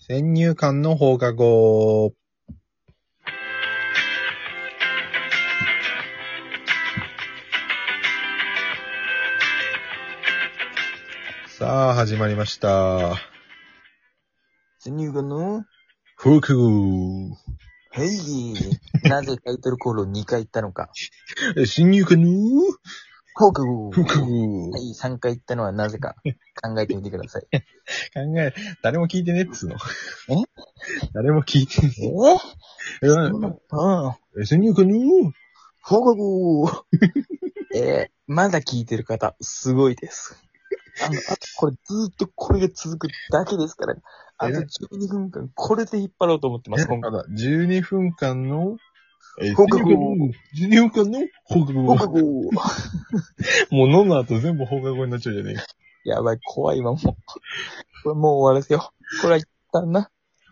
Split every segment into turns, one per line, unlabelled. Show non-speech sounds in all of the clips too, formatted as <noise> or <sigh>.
先入観の放課後。さあ、始まりました。
先入観の
放課後。
ヘイなぜタイトルコールを2回言ったのか。
先入観の
放課後。
放課後。
はい、3回言ったのはなぜか。考えてみてください。
考え、誰も聞いてねっつうの。誰も聞いてね
え
え
ぇ、うん。放
え。先入観の
課後。えー、まだ聞いてる方、すごいです。あの、あとこれずーっとこれが続くだけですから、あと12分間、これで引っ張ろうと思ってます、今
ま
回。
だ12分間の、え
放課後
12分間の放課
放
後
課。後。
もう飲んだ後全部放課後になっちゃうじゃねえか。
やばい、怖いわ、もう。これもう終わらせよう。これは一旦な。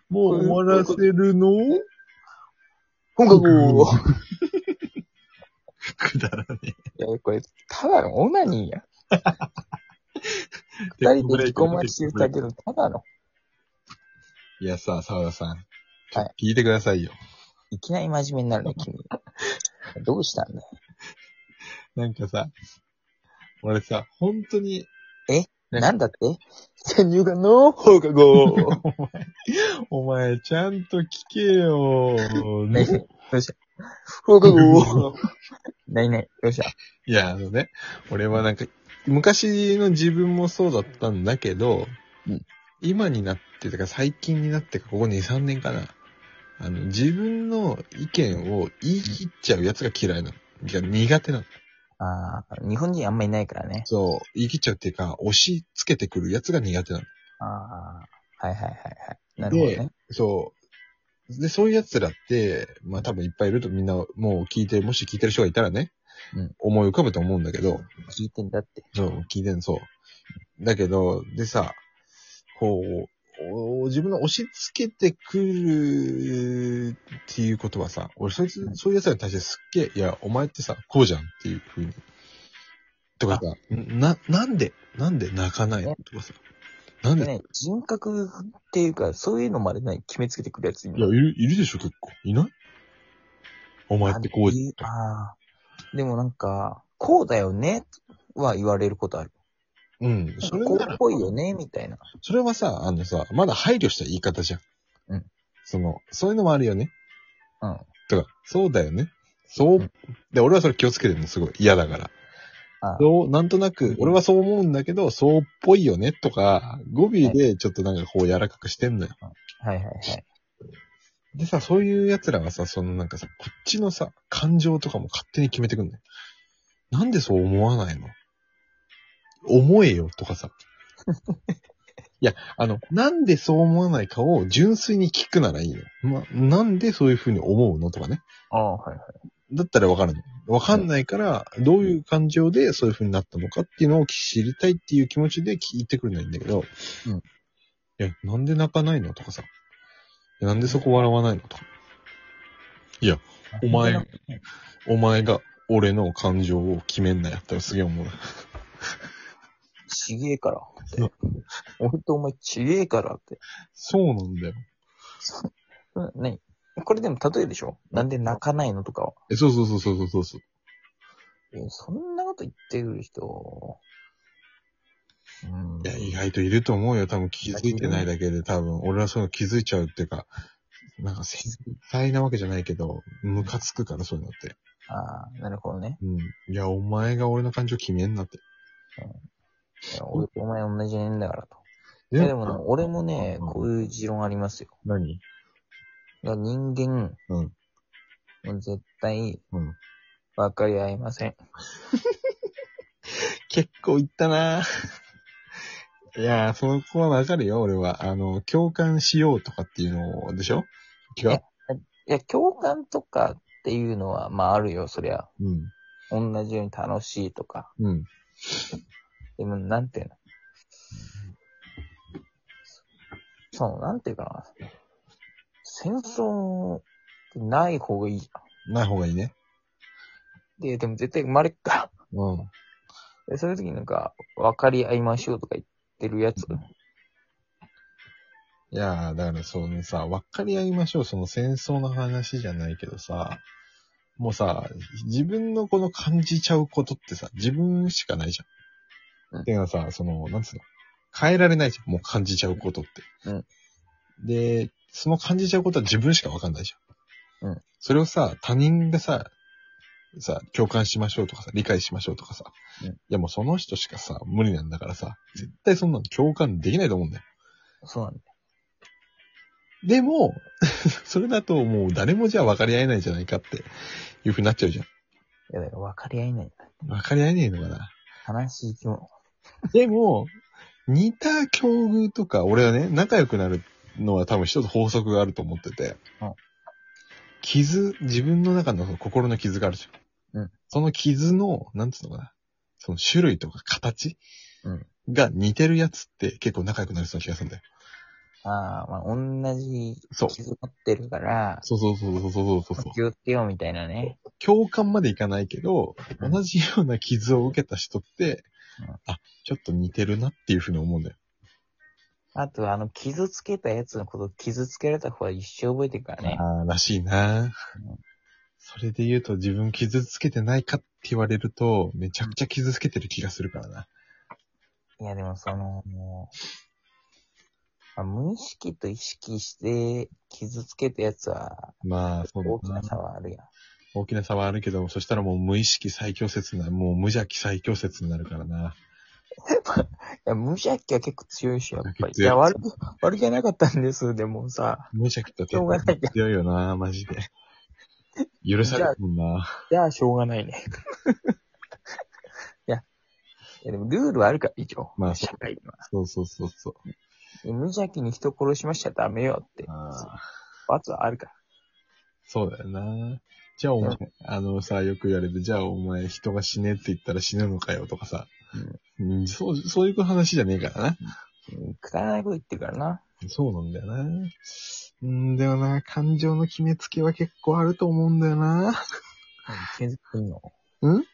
もう終わらせるの
放課後。
<laughs> くだらねえ。
いや、これ、ただのオナニーや。二人で自己待ち歌うけど、ただの。
いやさ、沢田さん。
はい
聞いてくださいよ。
いきなり真面目になる <laughs> ね、君。どうしたんだよ。
なんかさ、俺さ、本当に、ね
なんだって先入観の放課 <laughs> 後。
お前、ちゃんと聞けよ。
<laughs> ねどうした放課 <laughs> 後。
い
ないない、どうした
や、あのね、俺はなんか、昔の自分もそうだったんだけど、
うん
今になって、だから最近になってか、ここ2、3年かな。あの、自分の意見を言い切っちゃうやつが嫌いなの。いや苦手なの。
ああ、日本人あんまいないからね。
そう、言い切っちゃうっていうか、押し付けてくるやつが苦手なの。
ああ、はいはいはいはい。なるほどね。
そう。で、そういうやつらって、まあ多分いっぱいいるとみんなもう聞いてる、もし聞いてる人がいたらね、
うん
思い浮かぶと思うんだけど、
聞いてんだって。
そう、聞いてる、そう。だけど、でさ、こう、お自分の押し付けてくるっていうことはさ、俺そいつ、そういうやつらに対してすっげえ、いや、お前ってさ、こうじゃんっていうふうに。とかさ、な、なんで、なんで泣かないのとかさ、なんで、
ね、人格っていうか、そういうのまでね、決めつけてくるやついる
いや、いる、いるでしょ、結構。いないお前ってこうじゃん
ああー。でもなんか、こうだよねは言われることある。
うん。それ
こう
なら
っ、ぽいよねみたいな。
それはさ、あのさ、まだ配慮した言い方じゃん。
うん。
その、そういうのもあるよね。
うん。
とか、そうだよね。そう、
うん
で、俺はそれ気をつけてるの、すごい嫌だから。
あー
そう、なんとなく、俺はそう思うんだけど、そうっぽいよね、とか、語尾でちょっとなんかこう柔らかくしてんのよ。
はいはいはい。
でさ、そういう奴らはさ、そのなんかさ、こっちのさ、感情とかも勝手に決めてくんねなんでそう思わないの思えよとか
<laughs>
さ。いや、あの、なんでそう思わないかを純粋に聞くならいいよ。ま、なんでそういうふうに思うのとかね。
ああ、はいはい。
だったらわかるの。わかんないから、どういう感情でそういう風になったのかっていうのを知りたいっていう気持ちで聞いてくれないんだけど、
うん
いや、なんで泣かないのとかさ、いやなんでそこ笑わないのとか、お前お前が俺の感情を決めんなやったらすげえ思うな。
ちげえからって
そう。
俺とお前ちげえからって。
そうなんだよ。
うん何これでも例えでしょなんで泣かないのとかは。
え、そうそうそうそうそうそう。
いやそんなこと言ってくる人。うん
いや、意外といると思うよ。多分気づいてないだけで、多分俺はそういうの気づいちゃうっていうか、なんか繊細なわけじゃないけど、ムカつくからそういうのって。
ああ、なるほどね。
うん。いや、お前が俺の感情決めんなって。
いや俺とお前同じ年だからと。い
で
やでもね、俺もね、
うん
こういう持論ありますよ。
何
いや人間、
うん
もう絶対
うん、
分かり合いません。
結構言ったな <laughs> いやー、その子はわかるよ、俺は。あの、共感しようとかっていうのをでしょ違う
いや、共感とかっていうのは、まああるよ、そりゃ。
うん。
同じように楽しいとか。
うん。
でも、なんていうのそう、なんていうかな。戦争ってない方がいいじゃ
ない方がいいね。
ん。で、でも絶対生まれっか。
うん。
<laughs> でそういう時になんか、分かり合いましょうとか言ってるやつ。
いやー、だからそのさ、分かり合いましょう。その戦争の話じゃないけどさ、もうさ、自分のこの感じちゃうことってさ、自分しかないじゃ。
うんん
ていうのはさ、その、なんつうの、変えられないじゃん。もう感じちゃうことって。
うん
で、その感じちゃうことは自分しか分かんないじゃん。
うん
それをさ、他人がさ、さ、共感しましょうとかさ、理解しましょうとかさ、
うん
いやもうその人しかさ、無理なんだからさ、絶対そんなの共感できないと思うんだよ。
そうなんだ。
でも、 <laughs> それだともう誰もじゃあ分かり合えないじゃないかっていう風になっちゃうじゃ
いや、だから分かり合えないんだ。
ん。分かり合えないのかな。
悲しい生き物。
でも、似た境遇とか、俺はね、仲良くなるのは多分一つ法則があると思ってて、
うん
傷、自分の中の心の傷があるじゃん。
うん
その傷の、なんつうのかな、その種類とか形、
うん
が似てるやつって結構仲良くなりそうな気がするんだよ。
ああ、まあ、同じ
そう
傷持ってるから、
そうそうそうそうそうそうそう。
気をつけようみたいなね。
共感までいかないけど、
うん
同じような傷を受けた人って
うん、
あ、ちょっと似てるなっていうふうに思うんだよ。
あとは、あの、傷つけたやつのこと、傷つけられた方は一生覚えてるからね。
ああ、らしいな。それで言うと自分傷つけてないかって言われると、めちゃくちゃ傷つけてる気がするからな。
いや、でもその、もう、まあ、無意識と意識して傷つけたやつは、
まあ、そう
大き
だ
な
な。
差はあるやん。
大きな差はあるけど、そしたらもう無意識最強説になる、もう無邪気最強説になるからな。
いや、無邪気は結構強いし、やっぱり。い
強い
や、悪く、悪気はなかったんです。でもさ、
無邪気と
しょうがない
強いよな、マジで。許されるもんな。
じゃあ、しょうがないね。 <laughs> いや、いやでもルールはあるから、一応。
まあそう
社会には。
そうそうそうそう。
無邪気に人殺しましちゃダメよって。
あー
罰はあるから。
そうだよな。じゃあお前、あのさ、よく言われて、じゃあお前人が死ねって言ったら死ぬのかよとかさ。うん、そう、そういう話じゃねえからな。
うんくだらないこと言ってるからな。
そうなんだよな。うん、でもな、感情の決めつけは結構あると思うんだよな。
気づくの。
ん
い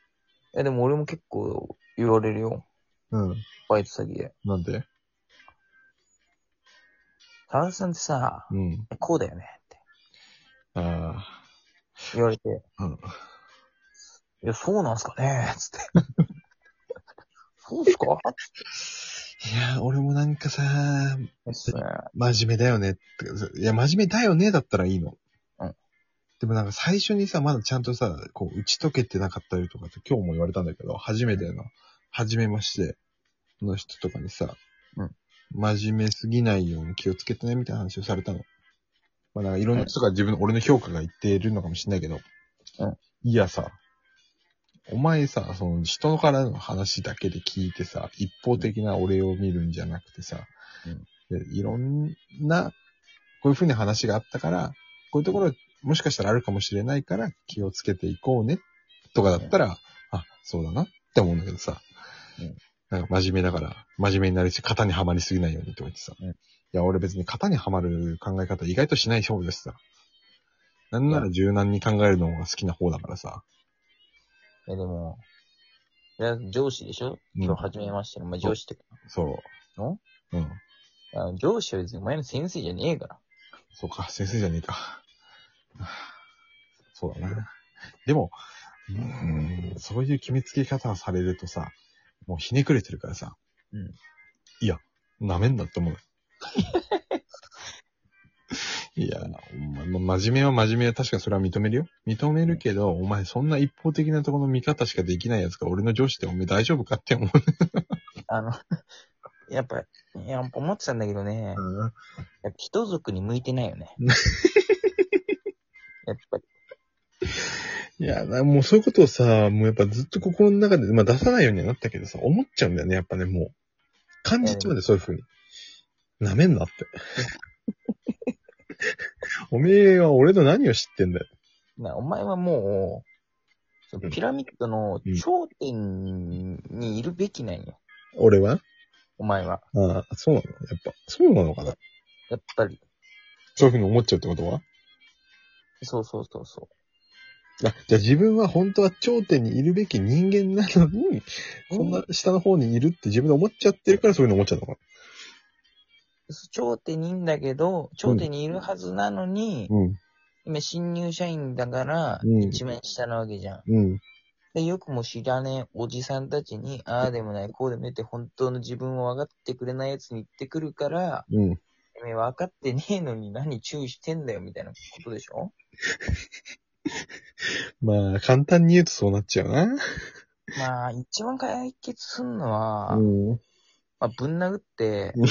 や、でも俺も結構言われるよ。
うん。
バイト先で。
なんで
沢田さんってさ、
うん。
こうだよねって
あ
言われて、
あ。うん。
いや、そうなんすかねつって。そうっすか
いや、俺もなんかさ、
ですね。
真面目だよねって。いや、真面目だよねだったらいいの。
うん。
でもなんか最初にさ、まだちゃんとさ、こう、打ち解けてなかったりとかって今日も言われたんだけど、初めての、初めましての人とかにさ、
うん。
真面目すぎないように気をつけてねみたいな話をされたの。まあなんかいろんな人が自分の、俺の評価が言ってるのかもしれないけど、
うん。
いやさ、お前さ、その人からの話だけで聞いてさ、一方的な俺を見るんじゃなくてさ、でいろんな、こういうふうに話があったから、こういうところ、もしかしたらあるかもしれないから気をつけていこうね、とかだったら、あ、そうだなって思うんだけどさ
うん、
なんか真面目だから、真面目になりし、型にはまりすぎないようにとか言ってさ、
うん
いや、俺別に型にはまる考え方意外としない方ですさ。なんなら柔軟に考えるのが好きな方だからさ。
いや、でも、いや、上司でしょ今日初めましての、まあ、上司ってか
そう。
の
うん。
あ上司は別にお前の先生じゃねえから。
そうか、先生じゃねえか。 <laughs> はあそうだな。でも、うん、そういう決めつけ方をされるとさ、もうひねくれてるからさ。
うん。
いや、舐めんなって
<laughs>
思う。いや、お前ま真面目は真面目は確かそれは認めるよ。認めるけど、お前そんな一方的なところの見方しかできないやつが俺の上司ってお前大丈夫かって思う。
あの、 <laughs> やっぱ、いややっぱ思ってたんだけどね、やっぱ人族に向いてないよ <laughs> ね。やっぱり、
いや、なもうそういうことをさ、もうやっぱずっと心の中で、まあ出さないようにはなったけどさ、思っちゃうんだよね、やっぱね、もう。感じちゃうんだよ、そういう風に。舐めん <laughs> なって。おめえは俺の何を知ってんだよ。
なお前はもう、そのピラミッドの頂点にいるべきなんよ、
俺は
お前は。
ああ、そうなのやっぱ、そうなのかな
やっぱり、
そういう風に思っちゃうってことは
そうそうそうそ
あじゃあ自分は本当は頂点にいるべき人間なのに、こんな下の方にいるって自分で思っちゃってるからそういうの思っちゃうのかな
う。頂点にいんだけど、頂点にいるはずなのに、
うん。
今新入社員だから、
うん
一面下なわけじゃん。
うん。
で、よくも知らねえおじさんたちに、ああでもない、こうでもねえって本当の自分を分かってくれない奴に言ってくるから、
うん。
てめえ分かってねえのに何注意してんだよみたいなことでしょ
まあ、簡単に言うとそうなっちゃうな。
まあ、一番解決すんのは、
うん。
まあ、ぶん
<laughs>
殴って
うん、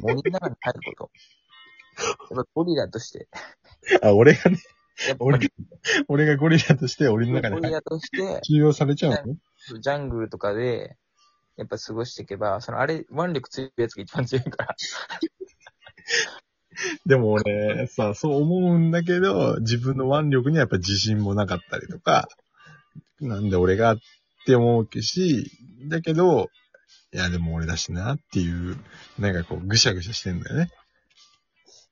森の中に入ること。やっぱゴリラとして。
あ、俺がね、
やっぱ
俺が
り、
俺がゴリラとして俺の中
ゴ
に
リラとして、
収容されちゃうのね。
ジャングルとかで、やっぱ過ごしていけば、そのあれ、腕力強いやつが一番強いから。
でも俺、さ、そう思うんだけど、自分の腕力にはやっぱ自信もなかったりとか、なんで俺がって思うし、だけど、いやでも俺だしなっていう、なんかこう、ぐしゃぐしゃしてんだよね。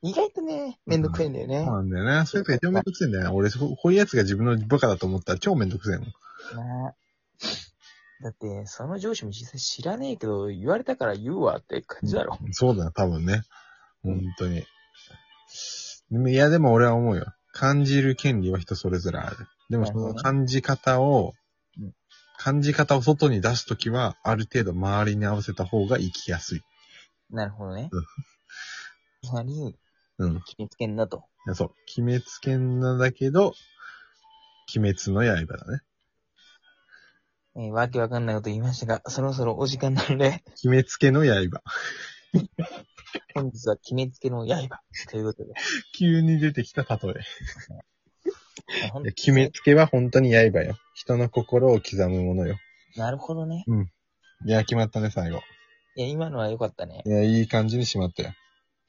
意外とね、めんどくさいんだよね。
そうなんだよね。それが一番めんどくせえんだよね。俺、そここういうやつが自分のバカだと思ったら超めんどくせえもん。
ねだって、その上司も実際知らねえけど、言われたから言うわって感じだろ。
そうだよ、多分ね。本当に。でもいや、でも俺は思うよ。感じる権利は人それぞれある。でもそ
なるほど
の
ね
感じ方を
うん、
感じ方を外に出すときは、ある程度周りに合わせた方が生きやすい。
なるほどね
うん。
つまり、
うん。い
決めつけんなと。
やそう。鬼滅剣なんだけど、鬼滅の刃だね。
えーわけわかんないこと言いましたが、そろそろお時間なので、
鬼滅剣の刃。 <laughs>
本日は決めつけの刃ということで。
急に出てきた例え。
ほ
<laughs>
ん
いや決めつけは本当に刃よ。人の心を刻むものよ。
なるほどね。
いや、決まったね、最後。
いや、今のは良かったね。
いや、いい感じにしまったよ。